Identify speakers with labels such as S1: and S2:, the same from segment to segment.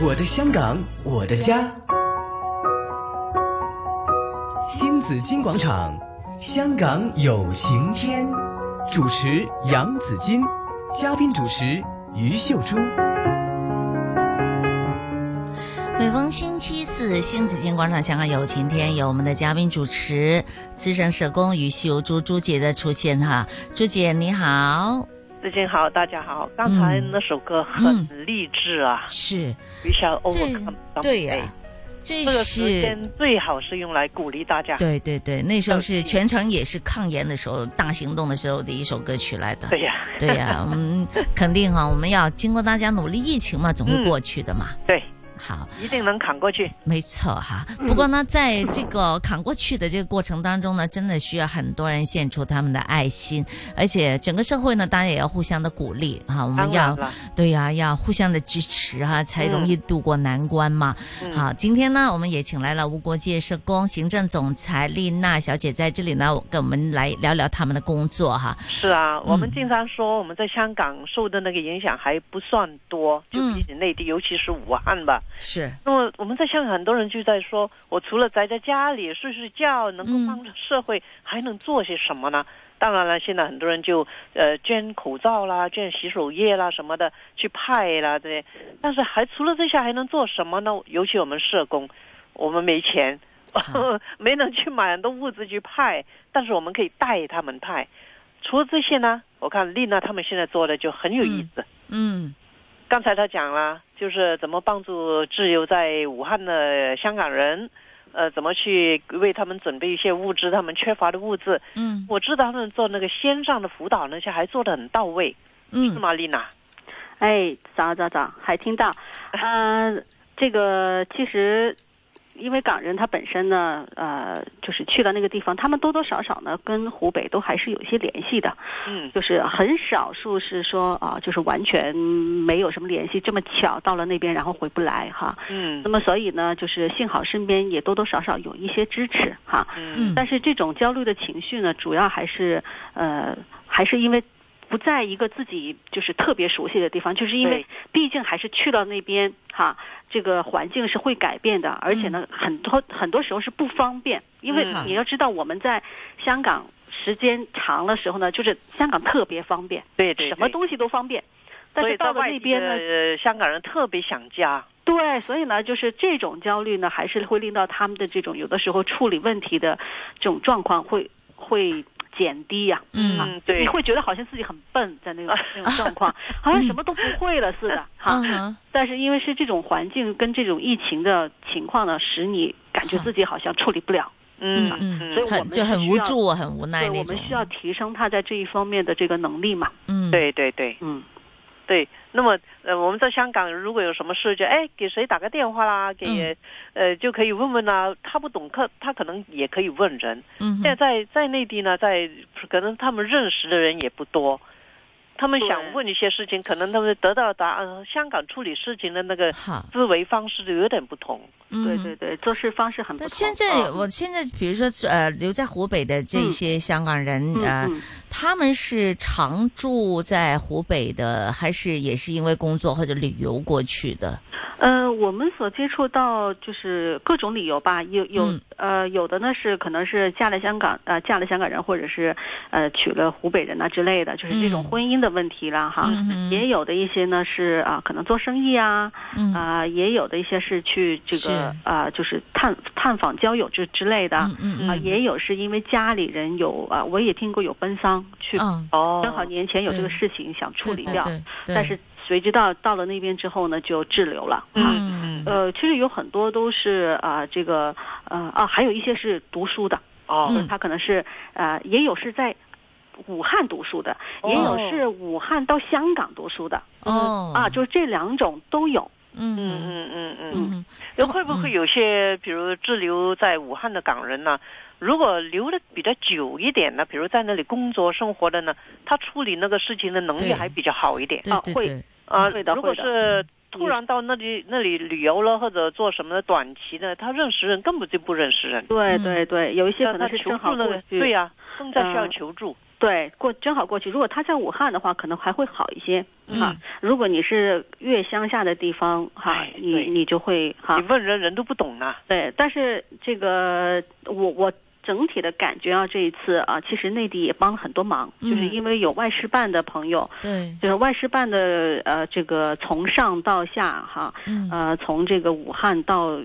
S1: 我的香港，我的家。新紫金广场，香港有晴天。主持杨紫金，嘉宾主持于秀珠。
S2: 每逢星期四，新紫金广场香港有晴天，有我们的嘉宾主持资深社工于秀珠朱姐的出现哈。朱姐你好，
S3: 最近好，大家好。刚才那首歌
S2: 嗯
S3: 很励志啊，
S2: 是
S3: We shall
S2: 嗯这
S3: overcome someday。
S2: 对呀、这
S3: 哎这个时
S2: 是
S3: 间啊最好是用来鼓励大家。
S2: 对对对，那时候是
S3: 要记
S2: 全程也是抗炎的时候大行动的时候的一首歌曲来的。
S3: 对呀，
S2: 对呀、嗯，肯定哈，我们要经过大家努力，疫情嘛总会
S3: 嗯
S2: 过去的嘛。
S3: 对，
S2: 好，
S3: 一定能扛过去。
S2: 没错哈。不过呢，在这个扛过去的这个过程当中呢，真的需要很多人献出他们的爱心，而且整个社会呢，大家也要互相的鼓励哈。我们
S3: 当然
S2: 要
S3: 了，
S2: 对呀、要互相的支持哈，才容
S3: 嗯
S2: 易渡过难关嘛。
S3: 嗯
S2: 好，今天呢，我们也请来了无国界社工行政总裁丽娜小姐在这里呢，我跟我们来聊聊他们的工作哈。
S3: 是啊，我们
S2: 嗯
S3: 经常说我们在香港受的那个影响还不算多，就
S2: 嗯
S3: 比起内地，尤其是武汉吧。
S2: 是，
S3: 那么我们在香港很多人就在说，我除了宅在家里睡睡觉，能够
S2: 嗯
S3: 帮助社会，还能做些什么呢？当然了，现在很多人就呃捐口罩啦、捐洗手液啦什么的去派啦这些，但是还除了这些还能做什么呢？尤其我们社工，我们没钱， 没能去买很多物资去派，但是我们可以带他们派。除了这些呢，我看丽娜他们现在做的就很有意思。
S2: 嗯
S3: 刚才他讲了，就是怎么帮助滞留在武汉的香港人，呃，怎么去为他们准备一些物资，他们缺乏的物资。
S2: 嗯
S3: 我知道他们做那个线上的辅导那些还做得很到位，是
S2: 嗯
S3: 吗，丽娜？
S4: 哎，早早早，还听到，嗯、这个其实，因为港人他本身呢，呃，就是去到那个地方，他们多多少少呢跟湖北都还是有一些联系的，
S3: 嗯
S4: 就是很少数是说啊、就是完全没有什么联系，这么巧到了那边然后回不来哈。
S3: 嗯
S4: 那么所以呢，就是幸好身边也多多少少有一些支持哈。
S3: 嗯
S4: 但是这种焦虑的情绪呢，主要还是呃，还是因为不在一个自己就是特别熟悉的地方，就是因为
S3: 对
S4: 毕竟还是去到那边哈，这个环境是会改变的，而且呢，很多很多时候是不方便，因为
S3: 嗯
S4: 你要知道我们在香港时间长了时候呢，就是香港特别方便，
S3: 对对，
S4: 嗯什么
S3: 对
S4: 东西都方便，但
S3: 所
S4: 是
S3: 以
S4: 到
S3: 到
S4: 了
S3: 外
S4: 那
S3: 地
S4: 边呢
S3: 的，呃香港人特别想家。
S4: 对，所以呢，就是这种焦虑呢，还是会令到他们的这种有的时候处理问题的这种状况会会减低呀、
S2: 嗯
S3: 嗯，对
S4: 你，会觉得好像自己很笨，在那种那种状况，好像什么都不会了似的哈。
S2: 嗯
S4: 但是因为是这种环境跟这种疫情的情况呢，使你感觉自己好像处理不了，
S3: 嗯
S2: 嗯
S4: 所以
S2: 嗯，
S4: 我们
S2: 很就是很
S4: 需
S2: 无
S4: 要
S2: 助，很无奈
S4: 所以
S2: 那
S4: 我
S2: 种
S4: 们。需要提升他在这一方面的这个能力嘛。
S2: 嗯，
S3: 对对对
S4: 嗯，
S3: 对。那么呃，我们在香港如果有什么事，就哎给谁打个电话啦，
S4: 嗯
S3: 给、呃就可以问问啦。他不懂课，他可能也可以问人。
S2: 嗯哼，
S3: 现在在在内地呢，在可能他们认识的人也不多，他们想
S4: 对
S3: 问一些事情，可能他们得到的答案，呃香港处理事情的那个
S2: 好，
S3: 思维方式就有点不同。
S2: 嗯
S4: 对
S2: 哼
S4: 对对，做事方式很不
S2: 那
S4: 同。
S2: 现在，
S4: 嗯
S2: 我现在比如说，呃，留在湖北的这
S4: 嗯
S2: 些香港人，
S4: 嗯
S2: 呃，
S4: 嗯
S2: 他们是常住在湖北的，还是也是因为工作或者旅游过去的？
S4: 呃，我们所接触到就是各种理由吧，有有、
S2: 嗯
S4: 呃，有的呢是可能是嫁了香港呃嫁了香港人，或者是呃娶了湖北人呐、之类的，就是这种
S2: 嗯
S4: 婚姻的问题啦哈。
S2: 嗯哼
S4: 也有的一些呢是啊、可能做生意啊，
S2: 嗯
S4: 啊、也有的一些是去这
S2: 是
S4: 个啊、就是探探访交友之之类的，啊、
S2: 嗯嗯
S3: 嗯
S4: 也有是因为家里人有啊、我也听过有奔丧去，
S2: 嗯，哦，
S3: 哦
S4: 正好年前有这个
S2: 对
S4: 事情想处
S2: 对
S4: 理
S2: 对
S4: 掉，
S2: 对对
S4: 但是谁知道到了那边之后呢就滞留了。
S2: 嗯
S3: 嗯嗯
S4: 呃，其实有很多都是啊、这个呃啊，还有一些是读书的，
S3: 哦
S2: 嗯
S4: 他可能是呃，也有是在武汉读书的，也有
S3: 哦
S4: 是武汉到香港读书的，
S2: 哦
S4: 啊，就是这两种都有。
S2: 嗯
S3: 嗯
S2: 嗯
S3: 嗯嗯嗯，
S2: 嗯
S3: 那会不会有些比如滞留在武汉的港人呢？如果留的比较久一点呢，比如在那里工作生活的呢，他处理那个事情的能力
S2: 对
S3: 还比较好一点
S2: 对
S4: 啊
S2: 对
S4: 会
S2: 对，
S3: 啊。
S4: 会的嗯
S3: 如果
S4: 会的
S3: 是突然到那里那里旅游了或者做什么的短期的，他认识人根本就不认识人。
S4: 对
S2: 嗯
S4: 对对，有一些
S3: 要
S4: 可能
S3: 他
S4: 是
S3: 求
S4: 正好
S3: 助那
S4: 过
S3: 个，
S4: 去，
S3: 对呀、更加需要
S4: 嗯
S3: 求助。
S4: 对，过正好过去。如果他在武汉的话，可能还会好一些
S2: 嗯
S4: 哈。如果你是越乡下的地方哈
S3: 哎，
S4: 你
S3: 对
S4: 你就会哈
S3: 你问人人都不懂呢。
S4: 对，但是这个我我整体的感觉啊，这一次啊，其实内地也帮了很多忙，
S2: 嗯
S4: 就是因为有外事办的朋友，
S2: 对，
S4: 就是外事办的呃，这个从上到下哈，
S2: 嗯，
S4: 呃，从这个武汉到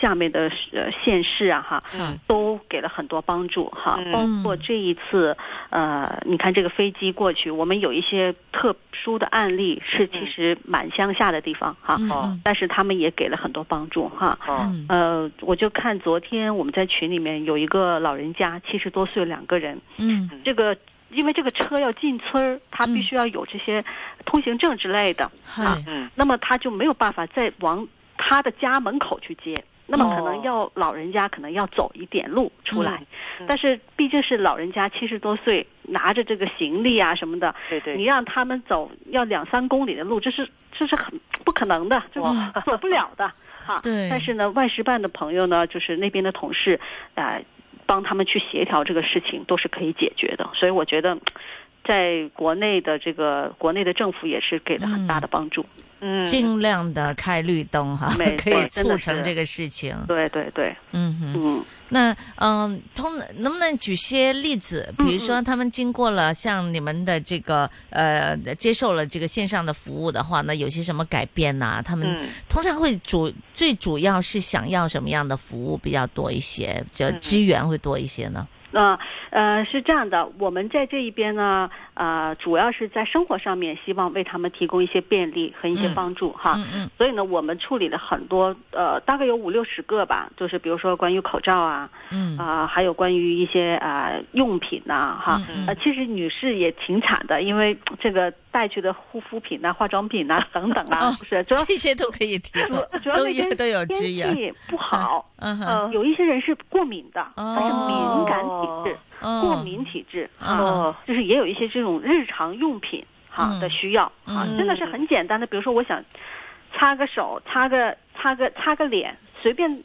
S4: 下面的呃县市啊哈。
S2: 好，
S4: 都给了很多帮助哈，
S3: 嗯
S4: 包括这一次，呃，你看这个飞机过去，我们有一些特殊的案例是其实蛮乡下的地方哈，
S2: 嗯
S3: 好
S2: 嗯
S4: 但是他们也给了很多帮助哈。
S3: 啊，
S2: 嗯
S4: 呃，我就看昨天我们在群里面有一个老人家，七十多岁，两个人，
S2: 嗯
S4: 这个。因为这个车要进村儿，他
S2: 嗯
S4: 必须要有这些通行证之类的，
S2: 嗨，
S3: 嗯，
S4: 那么他就没有办法再往他的家门口去接，那么可能
S3: 哦
S4: 要老人家可能要走一点路出来，
S3: 嗯
S4: 但是毕竟是老人家七十多岁，拿着这个行李啊什么的，
S3: 对对，
S4: 你让他们走要两三公里的路，这是这是很不可能的，这
S2: 哇
S4: 是走不了的哈。
S2: 对
S4: 但是呢，外事办的朋友呢，就是那边的同事，呃，帮他们去协调这个事情，都是可以解决的。所以我觉得，在国内的这个国内的政府也是给了很大的帮助。
S3: 嗯
S2: 尽量的开绿灯哈
S4: 没，
S2: 可以
S4: 错真
S2: 促
S4: 的
S2: 成
S4: 是
S2: 这个事情。
S4: 对对对，
S2: 嗯哼，
S4: 嗯
S2: 那嗯，通能不能举些例子？比如
S4: 嗯
S2: 说他们经过了像你们的这个呃，接受了这个线上的服务的话，那有些什么改变呐、他们
S3: 嗯
S2: 通常会主最主要是想要什么样的服务比较多一些，这
S3: 嗯
S2: 资源会多一些呢？
S4: 那呃是这样的，我们在这一边呢，呃，主要是在生活上面，希望为他们提供一些便利和一些
S2: 嗯
S4: 帮助哈。
S2: 嗯嗯
S4: 所以呢，我们处理了很多，呃，大概有五六十个吧，就是比如说关于口罩啊，
S2: 嗯
S4: 啊、还有关于一些啊、呃用品呐、哈，
S2: 嗯
S4: 呃，其实女士也挺惨的，因为这个带去的护肤品呐、化妆品 呐、等等啊，
S2: 哦
S4: 就 是主要
S2: 这些都可以提供，
S4: 主要
S2: 都
S4: 那
S2: 有
S4: 边
S2: 都有
S4: 天
S2: 资源。
S4: 气不好，
S2: 嗯哼，
S3: 呃
S4: 有一些人是过敏的，
S2: 哦
S4: 他是敏感体质，
S2: 哦
S4: 过敏体质啊，
S2: 哦
S4: 就是也有一些这种日常用品哈、
S2: 嗯
S4: 的需要啊，
S2: 嗯
S4: 真的是很简单的，比如说我想擦个手、擦个擦个擦个脸，随便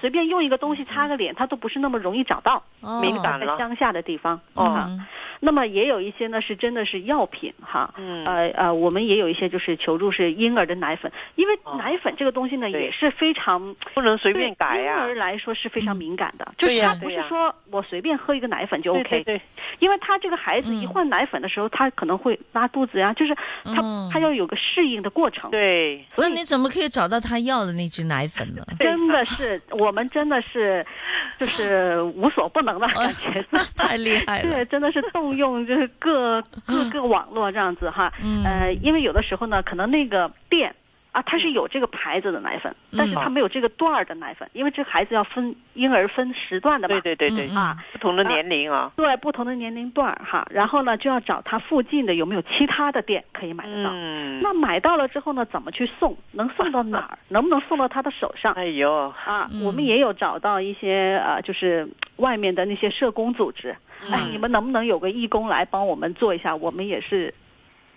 S4: 随便用一个
S2: 嗯
S4: 东西擦个脸，它都不是那么容易找到，
S2: 哦
S4: 没
S3: 敏
S4: 办法
S3: 感了
S4: 在乡下的地方
S3: 哦
S4: 啊
S2: 嗯
S4: 那么也有一些呢是真的是药品哈，
S3: 嗯
S4: 呃呃，我们也有一些就是求助是婴儿的奶粉，因为
S3: 哦
S4: 奶粉这个东西呢、
S3: 对
S4: 也是非常
S3: 不能随便改
S4: 对婴
S3: 呀
S4: 儿。来说是非
S2: 嗯
S4: 常敏感的，就
S3: 对
S4: 是
S3: 呀
S4: 他不
S3: 对
S4: 是
S3: 呀
S4: 说我随便喝一个奶粉就 OK，
S3: 对对对，
S4: 因为他这个孩子一
S2: 嗯
S4: 换奶粉的时候，他可能会拉肚子呀、就是他、
S2: 嗯
S4: 他要有个适应的过程。
S3: 对，
S2: 那你怎么可以找到他要的那支奶粉呢？
S4: 真的是，我们真的是，就是无所不能的
S2: 哦
S4: 感觉。
S2: 太厉害了
S4: 对，，真的是动用就是各各个网络这样子哈。
S2: 嗯
S4: 呃，因为有的时候呢，可能那个店啊，它是有这个牌子的奶粉，
S2: 嗯
S4: 但是它没有这个段儿的奶粉，因为这孩子要分婴儿分时段的嘛。
S3: 对对对对
S2: 嗯，
S4: 啊，
S3: 不同的年龄啊，
S4: 对不同的年龄段儿哈，然后呢就要找他附近的有没有其他的店可以买得到。
S3: 嗯，
S4: 那买到了之后呢，怎么去送？能送到哪 儿？能不能送到他的手上？
S3: 哎呦，
S4: 啊，
S2: 嗯
S4: 我们也有找到一些呃，就是外面的那些社工组织，哎，
S2: 嗯
S4: 你们能不能有个义工来帮我们做一下？我们也是，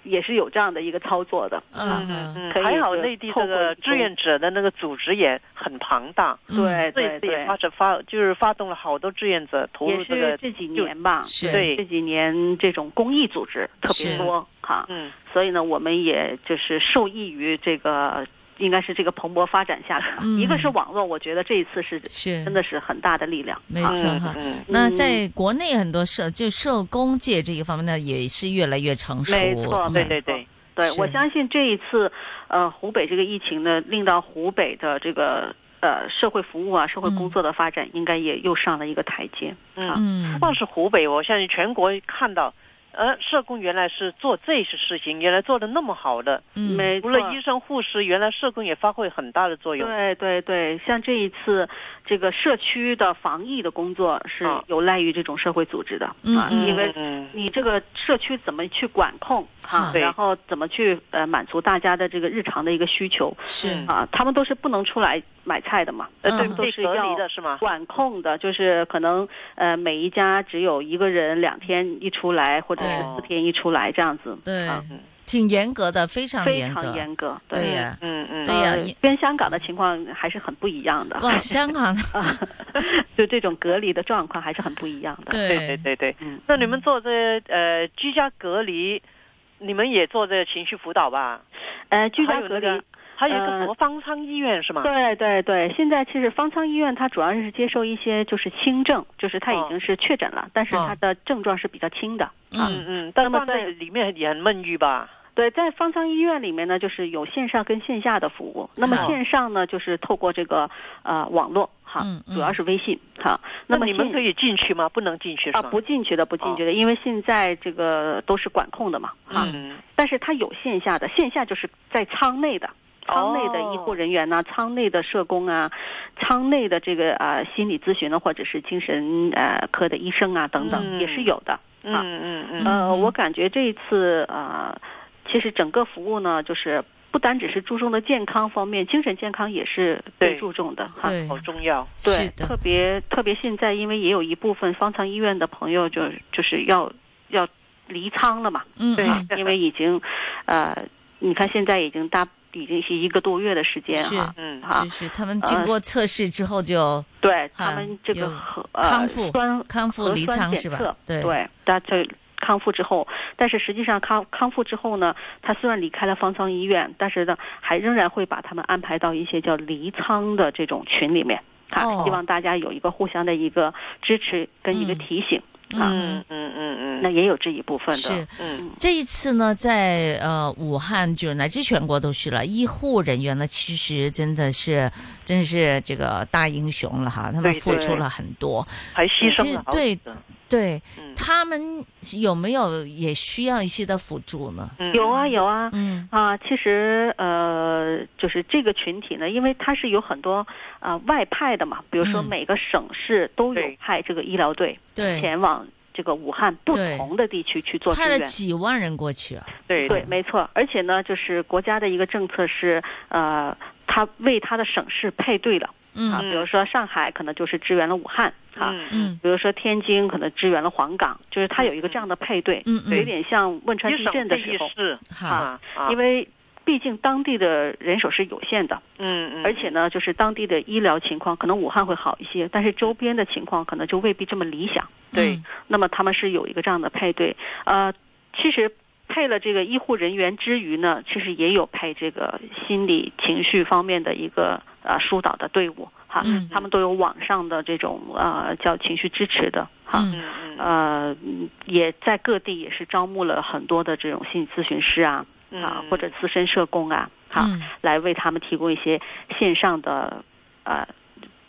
S4: 也是有这样的一个操作的。
S2: 嗯嗯
S3: 嗯，
S4: 可以
S3: 还好
S4: 就
S3: 内地
S4: 透
S3: 这
S4: 过
S3: 个
S4: 一些
S3: 志愿者的那个组织也很庞大，
S2: 嗯
S3: 这
S4: 对对
S3: 次也
S4: 对
S3: 发，展发就是发动了好多志愿者投
S4: 也
S3: 入这个
S4: 是，这几
S3: 就
S4: 年吧，
S2: 是
S4: 这几年这种公益组织特
S2: 是
S4: 别多哈，
S3: 嗯，
S4: 所以呢，我们也就是受益于这个。应该是这个蓬勃发展下的，
S2: 嗯
S4: 一个是网络，我觉得这一次是
S2: 是
S4: 真的是很大的力量。
S2: 没
S4: 啊
S2: 错
S3: 嗯
S2: 哈。
S3: 嗯
S2: 那在国内很多社就社工界这一方面呢，也是越来越成熟。
S4: 没错
S2: 嗯
S3: 对对对，
S4: 对，
S2: 是
S4: 我相信这一次，呃，湖北这个疫情呢，令到湖北的这个呃社会服务啊、社会工作的发展，应该也又上了一个台阶。
S3: 嗯
S4: 啊，
S2: 嗯
S3: 不，光是湖北，我相信全国看到，呃，社工原来是做这些事情，原来做的那么好的，
S2: 嗯
S4: 没
S3: 除
S4: 错，
S3: 了医生护士，原来社工也发挥很大的作用。
S4: 对对对，像这一次这个社区的防疫的工作是
S3: 啊
S4: 有赖于这种社会组织的
S2: 嗯
S4: 啊，
S3: 嗯
S4: 因为
S3: 嗯
S4: 你这个社区怎么去管控
S2: 啊
S4: 啊，
S3: 对
S4: 然后怎么去呃满足大家的这个日常的一个需求
S2: 是
S3: 嗯
S4: 啊，他们都是不能出来买菜的嘛，
S3: 呃，对
S2: 嗯，
S4: 都
S3: 被
S4: 是
S3: 隔离
S4: 要
S3: 的是吗？
S4: 管控的，就是可能呃每一家只有一个人两天一出来，或者是
S2: 对
S4: 四天一出来这样子。
S2: 对
S4: 啊
S3: 嗯
S2: 挺严格的，非常
S4: 非
S2: 严
S4: 常
S2: 格。
S4: 严格。
S2: 对呀、
S3: 嗯嗯，
S2: 对呀
S4: 呃
S2: 你
S4: 跟香港的情况还是很不一样的，啊
S2: 哇，啊香港的
S4: 就这种隔离的状况还是很不一样的。
S3: 对对对对
S4: 嗯。
S3: 那你们做这呃居家隔离，你们也做这情绪辅导吧？
S4: 呃，居
S3: 还
S4: 家
S3: 有
S4: 隔
S3: 那个
S4: 离，
S3: 还有一个
S4: 呃
S3: 什么方舱医院是吗？
S4: 对对对，现在其实方舱医院它主要是接受一些就是轻症，就是他
S3: 哦
S4: 已经是确诊了，但是
S3: 哦
S4: 他的症状是比较轻的。啊
S2: 嗯
S3: 嗯嗯，但
S4: 那么
S3: 放在
S4: 在
S3: 里面也很闷郁吧？
S4: 对，在方舱医院里面呢，就是有线上跟线下的服务。那么
S2: 好
S4: 线上呢，就是透过这个呃网络哈，
S2: 嗯嗯
S4: 主要是微信哈。
S3: 那
S4: 么
S3: 你
S4: 线
S3: 们可以哦进去吗？不能进去是
S4: 啊
S3: 吗？
S4: 不进去的，不进去的，因为现在这个都是管控的嘛哈。
S3: 嗯，
S4: 但是它有线下的，线下就是在舱内的。舱内的医护
S2: 哦
S4: 人员呐、舱内的社工啊，舱内的这个呃心理咨询呢，或者是精神呃科的医生啊等等，
S3: 嗯
S4: 也是有的。
S3: 嗯嗯嗯
S4: 呃，
S2: 嗯
S4: 我感觉这一次呃，其实整个服务呢，就是不单只是注重的健康方面，精神健康也是被
S3: 对
S4: 注重的哈。
S2: 对
S3: 嗯好重要。
S4: 啊对
S2: 是，的
S4: 特别特别现在，因为也有一部分方舱医院的朋友就就是要要离舱了嘛，啊
S2: 嗯
S3: 对
S2: 嗯
S4: 因为已经呃，你看现在已经大已经是一个多月的时间
S2: 是
S4: 哈。
S3: 嗯，
S4: 啊
S2: 就是他们经过测试之后就
S4: 对
S2: 啊
S4: 他们这
S2: 有
S4: 个核
S2: 康
S4: 呃
S2: 复
S4: 酸
S2: 康复
S4: 核
S2: 离
S4: 酸
S2: 舱
S4: 检
S2: 是吧
S4: 测
S2: 对
S4: 对，他这康复之后，但是实际上康康复之后呢，他虽然离开了方舱医院，但是呢，还仍然会把他们安排到一些叫离舱的这种群里面。
S2: 哦
S4: 啊，希望大家有一个互相的一个支持跟一个
S2: 嗯
S4: 提醒、啊，
S2: 嗯
S3: 嗯嗯嗯
S4: 那
S3: 嗯，
S4: 也有这一部分的。
S2: 是。
S3: 嗯
S2: 这一次呢，在呃武汉就乃至全国都是了，医护人员呢，其实真的是真是这个大英雄了哈，他们
S3: 对
S2: 付出
S4: 对
S2: 了很多。
S3: 还牺
S2: 其
S3: 牲
S2: 实
S3: 了好
S2: 对
S3: 几个。
S2: 对
S3: 嗯
S2: 他们有没有也需要一些的辅助呢？
S3: 嗯
S4: 有啊有啊，
S2: 嗯
S4: 啊，其实呃，就是这个群体呢，因为它是有很多呃外派的嘛，比如说
S2: 嗯
S4: 每个省市都有
S3: 对
S4: 派这个医疗队、
S2: 对
S4: 前往这个武汉不
S2: 对
S4: 同的地区去做支
S2: 派了
S4: 援。
S2: 几万人过去啊！
S3: 对
S4: 对，没错，而且呢，就是国家的一个政策是，呃，他为他的省市配对了啊，
S2: 嗯
S4: 比如说上海可能就是支援了武汉啊，
S3: 嗯嗯，
S2: 嗯
S4: 比如说天津可能支援了黄冈，就是它有一个这样的配对，
S2: 嗯
S4: 有
S2: 嗯，
S4: 点像汶川
S3: 一
S4: 地
S3: 省
S4: 震的
S3: 这
S4: 时
S3: 一
S4: 候，
S3: 市
S2: 好，
S3: 啊啊，
S4: 因为毕竟当地的人手是有限的，
S3: 嗯嗯，
S4: 而且呢，就是当地的医疗情况，可能武汉会好一些，但是周边的情况可能就未必这么理想。
S3: 对
S2: 嗯，
S4: 那么他们是有一个这样的配对，呃，其实配了这个医护人员之余呢，其实也有配这个心理情绪方面的一个呃疏导的队伍哈，
S2: 嗯
S4: 他们都有网上的这种呃叫情绪支持的哈。
S2: 嗯
S3: 嗯嗯
S4: 呃，嗯也在各地也是招募了很多的这种心理咨询师啊，
S3: 嗯
S4: 啊或者资深社工啊，哈、
S2: 嗯
S4: 来为他们提供一些线上的呃，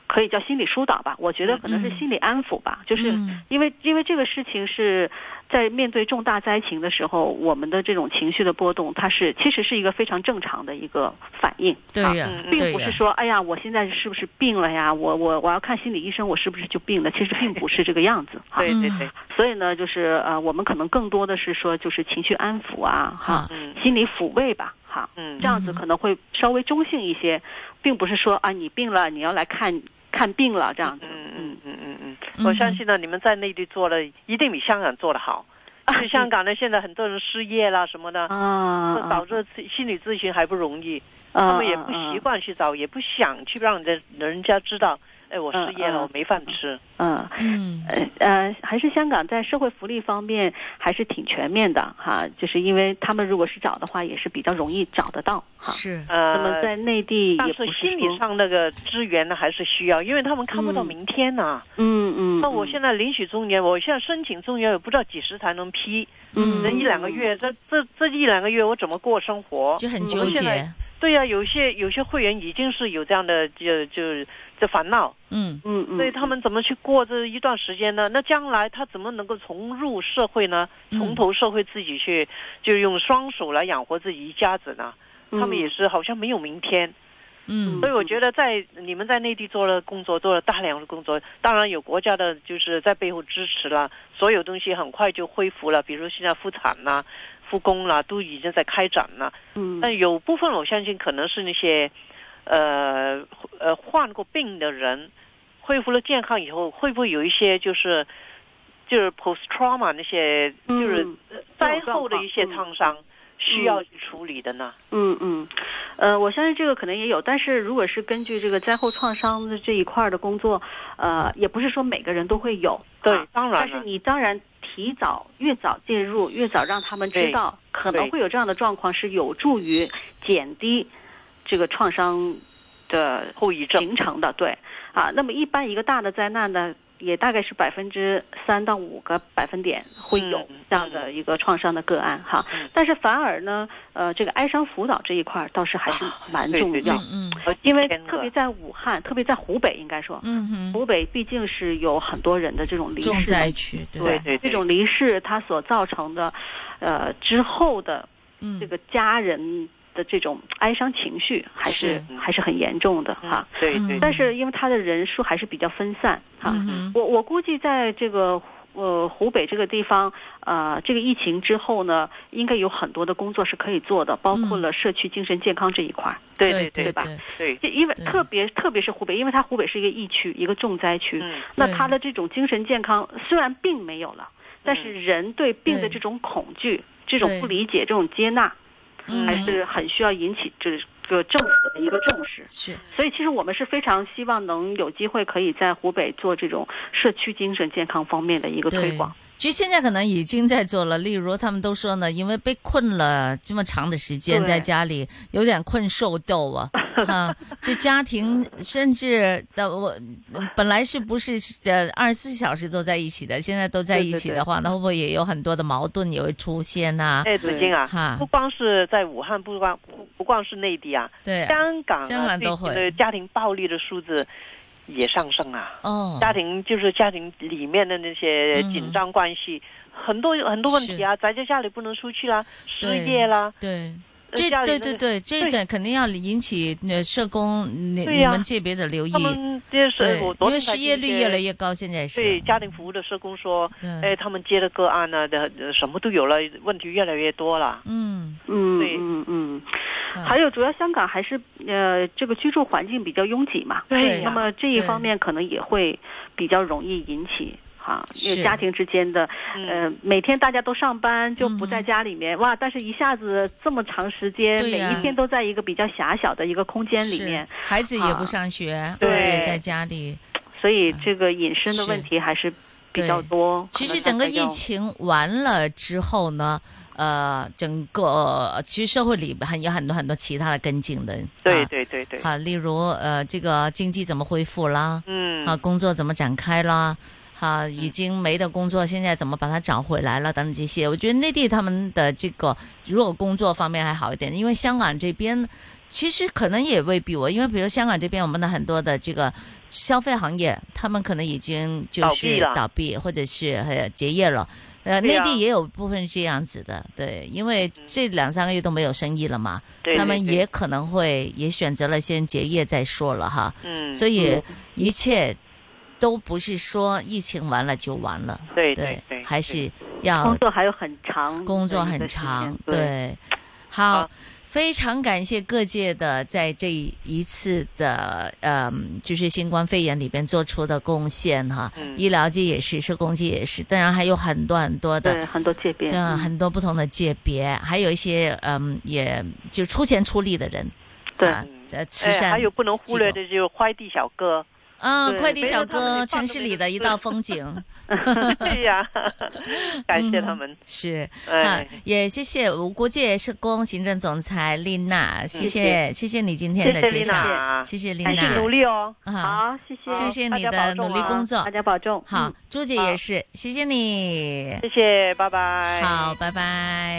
S4: 可以叫心理疏导吧，我觉得可能是
S2: 嗯
S4: 心理安抚吧，就是
S2: 嗯
S4: 因为因为这个事情是在面对重大灾情的时候，我们的这种情绪的波动，它是其实是一个非常正常的一个反应，啊
S2: 对呀
S3: 嗯，
S4: 并
S2: 对
S4: 不是
S2: 呀，
S4: 说，哎呀，我现在是不是病了呀？我我我要看心理医生，我是不是就病了？其实并不是这个样子哈。
S3: 对对对，
S4: 所以呢，就是呃，我们可能更多的是说，就是情绪安抚啊，哈，
S2: 好，
S3: 嗯
S4: 心理抚慰吧，哈。
S3: 嗯
S4: 这样子
S2: 嗯
S4: 可能会稍微中性一些，并不是说啊你病了你要来看看病了这样子，
S3: 嗯
S4: 嗯，
S3: 嗯嗯
S2: 嗯
S3: 嗯，我相信呢，你们在内地做的一定比香港做的好。就是香港呢，现在很多人失业啦什么的，
S4: 啊，
S3: 找这心理咨询还不容易，
S4: 他
S3: 他们也不习，惯去找，也不想去让人家人家知道，哎，我失业
S4: 嗯嗯
S3: 了，我没饭吃。
S4: 嗯。
S2: 嗯
S4: 呃呃，还是香港在社会福利方面还是挺全面的哈，就是因为他们如果是找的话，也是比较容易找得到哈。
S2: 是
S4: 那
S3: 呃，
S4: 嗯么在内地
S3: 但
S4: 也不
S3: 是
S4: 是
S3: 心理
S4: 说，
S3: 上那个支援呢，还是需要，因为他们看不到
S4: 嗯
S3: 明天呐、
S4: 嗯嗯，
S3: 那我现
S4: 在
S3: 在领取中年，我现在申请中年，也不知道几时才能批，
S2: 嗯
S3: 那一两个月，这这这一两个月我怎么过生活？
S2: 就很
S4: 嗯
S2: 纠
S3: 我现在
S2: 结，
S3: 对呀、有些有些会员已经是有这样的就就就烦恼，
S2: 嗯
S4: 嗯嗯，
S3: 所以他们怎么去过这一段时间呢？那将来他怎么能够重入社会呢？
S2: 嗯
S3: 重投社会，自己去就用双手来养活自己一家子呢？
S4: 嗯
S3: 他们也是好像没有明天，
S2: 嗯
S3: 所以我觉得在你们在内地做了工作，做了大量的工作，当然有国家的就是在背后支持了，所有东西很快就恢复了，比如现在复产啦、复工啦，都已经在开展了。
S4: 嗯
S3: 但有部分我相信可能是那些，呃呃患过病的人，恢复了健康以后，会不会有一些就是就是 post trauma 那些就是
S4: 嗯
S3: 灾后的一些
S4: 这种状况
S3: 创伤？需要去处理的呢？
S4: 嗯嗯，呃，我相信这个可能也有，但是如果是根据这个灾后创伤的这一块儿的工作，呃，也不是说每个人都会有，
S3: 对
S4: 啊，
S3: 当然
S4: 但是
S3: 了，
S4: 你当然提早越早介入，越早让他们知道可能会有这样的状况，是有助于减低这个创伤的
S3: 后遗症。
S4: 形成的。对啊，那么一般一个大的灾难呢，也大概是百分之三到五个百分点会有
S3: 嗯
S4: 这样的一个创伤的个案哈。
S3: 嗯
S4: 但是反而呢，呃，这个哀伤辅导这一块儿倒是还是
S3: 啊
S4: 蛮
S3: 对
S4: 重
S3: 对对
S4: 要，
S2: 嗯
S4: 呃因为
S3: 天哪
S4: 特别在武汉，特别在湖北，应该说。
S2: 嗯嗯
S4: 湖北毕竟是有很多人的这种
S2: 哼，
S4: 离世嘛
S2: 重灾区对
S4: 对
S3: 对对
S4: 这种离世它所造成的，呃之后的
S2: 嗯
S4: 这个家人的这种哀伤情绪还是
S3: 是
S4: 还是很严重的哈、
S3: 嗯对对
S2: 嗯
S3: 对
S4: 但是因为他的人数还是比较分散哈、
S2: 嗯哼
S4: 我我估计在这个呃湖北这个地方，呃这个疫情之后呢，应该有很多的工作是可以做的，包括
S2: 嗯
S4: 了社区精神健康这一块儿。
S3: 对
S2: 对
S4: 对吧
S2: 对
S3: 对，
S4: 这因为
S2: 对
S4: 特别特别是湖北，因为它湖北是一个疫区，一个重灾区，
S3: 嗯
S4: 那
S2: 对
S4: 他的这种精神健康虽然病没有了，但是人对病
S2: 对
S4: 的这种恐惧、这种
S2: 对
S4: 不理解、这种接纳，
S2: 嗯
S4: 还是很需要引起这个政府的一个重视。
S2: 是
S4: 所以，其实我们是非常希望能有机会可以在湖北做这种社区精神健康方面的一个推
S2: 对
S4: 广。。
S2: 其实现在可能已经在做了，例如他们都说呢，因为被困了这么长的时间
S4: 对
S2: 在家里，有点困兽斗 啊，啊，就家庭甚至的我本来是不是呃二十四小时都在一起的，现在都在
S4: 对
S2: 一
S4: 对
S2: 起
S4: 对
S2: 的话，那会不会也有很多的矛盾也会出现呐、
S3: 哎，子金啊，
S2: 哈
S3: 不光是在武汉，不光不不光是内地啊，
S2: 对啊，
S3: 香港啊，
S2: 香港
S3: 最
S2: 都
S3: 近
S2: 会
S3: 的家庭暴力的数字也上升啊。
S2: 哦，
S3: 家庭就是家庭里面的那些
S2: 嗯
S3: 紧张关系，很多很多问题啊，宅在家里不能出去啦，失
S2: 对
S3: 业啦，
S2: 对。
S3: 呃
S2: 这
S3: 家里
S2: 对
S3: 那
S2: 对
S3: 个
S2: 对，这一
S3: 对
S2: 点肯定要引起呃社工你、
S3: 对
S2: 你
S3: 呀
S2: 们界别的留意
S3: 他，们这
S2: 对
S3: 是我，
S2: 因
S3: 昨
S2: 为
S3: 天才
S2: 失业率
S3: 听一些
S2: 越来嗯越高，现在是
S3: 对家庭服务的社工说，
S2: 对
S3: 哎，他们接的个案呢的呃什么都有了，问题越来越多了。
S2: 嗯，
S4: 嗯
S3: 对
S4: 嗯嗯。
S2: 啊
S4: 还有，主要香港还是呃这个居住环境比较拥挤嘛，
S2: 对
S4: 那
S3: 呀，
S4: 么这一
S2: 对
S4: 方面可能也会比较容易引起哈，因
S2: 是
S4: 为家庭之间的
S3: 嗯
S4: 呃，每天大家都上班，就不在
S2: 嗯
S4: 家里面、哇！但是一下子这么长时间，
S2: 对
S4: 每
S2: 呀
S4: 一天都在一个比较狭小的一个空间里
S2: 是
S4: 面，
S2: 孩子也不
S4: 啊
S2: 上学，
S4: 对
S2: 也在家里。
S4: 所以这个隐身的问题还是比较多。
S2: 其
S4: 可
S2: 实
S4: 能
S2: 整个
S4: 大家
S2: 疫
S4: 要
S2: 情完了之后呢，呃，整个呃其实社会里边很有很多很多其他的跟进的，
S3: 对
S2: 啊
S3: 对对对，
S2: 啊，例如呃，这个经济怎么恢复啦，
S3: 嗯，
S2: 啊，工作怎么展开啦。啊，已经没的工作，现在怎么把它找回来了？等等这些，我觉得内地他们的这个，如果工作方面还好一点，因为香港这边其实可能也未必我，因为比如香港这边我们的很多的这个消费行业，他们可能已经就
S3: 倒闭
S2: 是
S3: 了
S2: 倒闭或者是呃结业了。呃，
S3: 对
S2: 内
S3: 啊
S2: 地也有部分是这样子的，对，因为这两三个月都没有生意了嘛，
S3: 嗯对
S2: 他们
S3: 对对
S2: 也可能会也选择了先结业再说了哈。
S3: 嗯，
S2: 所以一切都不是说疫情完了就完了，
S3: 对
S2: 对
S3: 对对，，
S2: 还
S3: 对
S2: 是要
S4: 工作还有很长，
S2: 啊工作很长，。对，好
S3: 好。
S2: 非常感谢各界的在这一次的呃，就是新冠肺炎里边做出的贡献哈，
S3: 嗯
S2: 医疗界也是，社工界也是，当然还有很多很多的
S4: 对，很多界别，
S2: 这样
S4: 嗯
S2: 很多不同的界别，还有一些嗯，也就出钱出力的人，
S4: 对
S2: 啊呃，慈
S3: 哎，
S2: 善
S3: 还有不能忽略
S2: 机
S3: 的就是快递小哥，
S2: 构啊，
S4: 对
S2: 快递
S3: 没有
S2: 小
S3: 他们
S2: 哥，
S3: 连饭
S2: 城
S3: 都
S2: 市
S3: 没
S2: 里
S3: 得
S2: 的一
S3: 吃
S2: 道风景
S3: 对 呀， 感谢他们，
S2: 是啊
S3: 哎，，
S2: 也谢谢无国界社工行政总裁丽娜，谢谢谢谢你今天的
S3: 谢谢
S2: 介
S3: 丽
S2: 绍，
S3: 娜，
S2: 谢谢丽
S3: 继续
S2: 娜
S3: 努力哦。
S2: 啊，
S4: 好，谢谢，
S2: 谢谢
S3: 大
S2: 你
S3: 家
S2: 的
S3: 保重
S2: 努力
S3: 啊
S2: 工作
S4: 大，家保重，
S2: 好
S4: 嗯，
S2: 朱姐
S3: 好
S2: 也是，谢谢你，
S3: 谢谢，拜拜。
S2: 好，拜拜。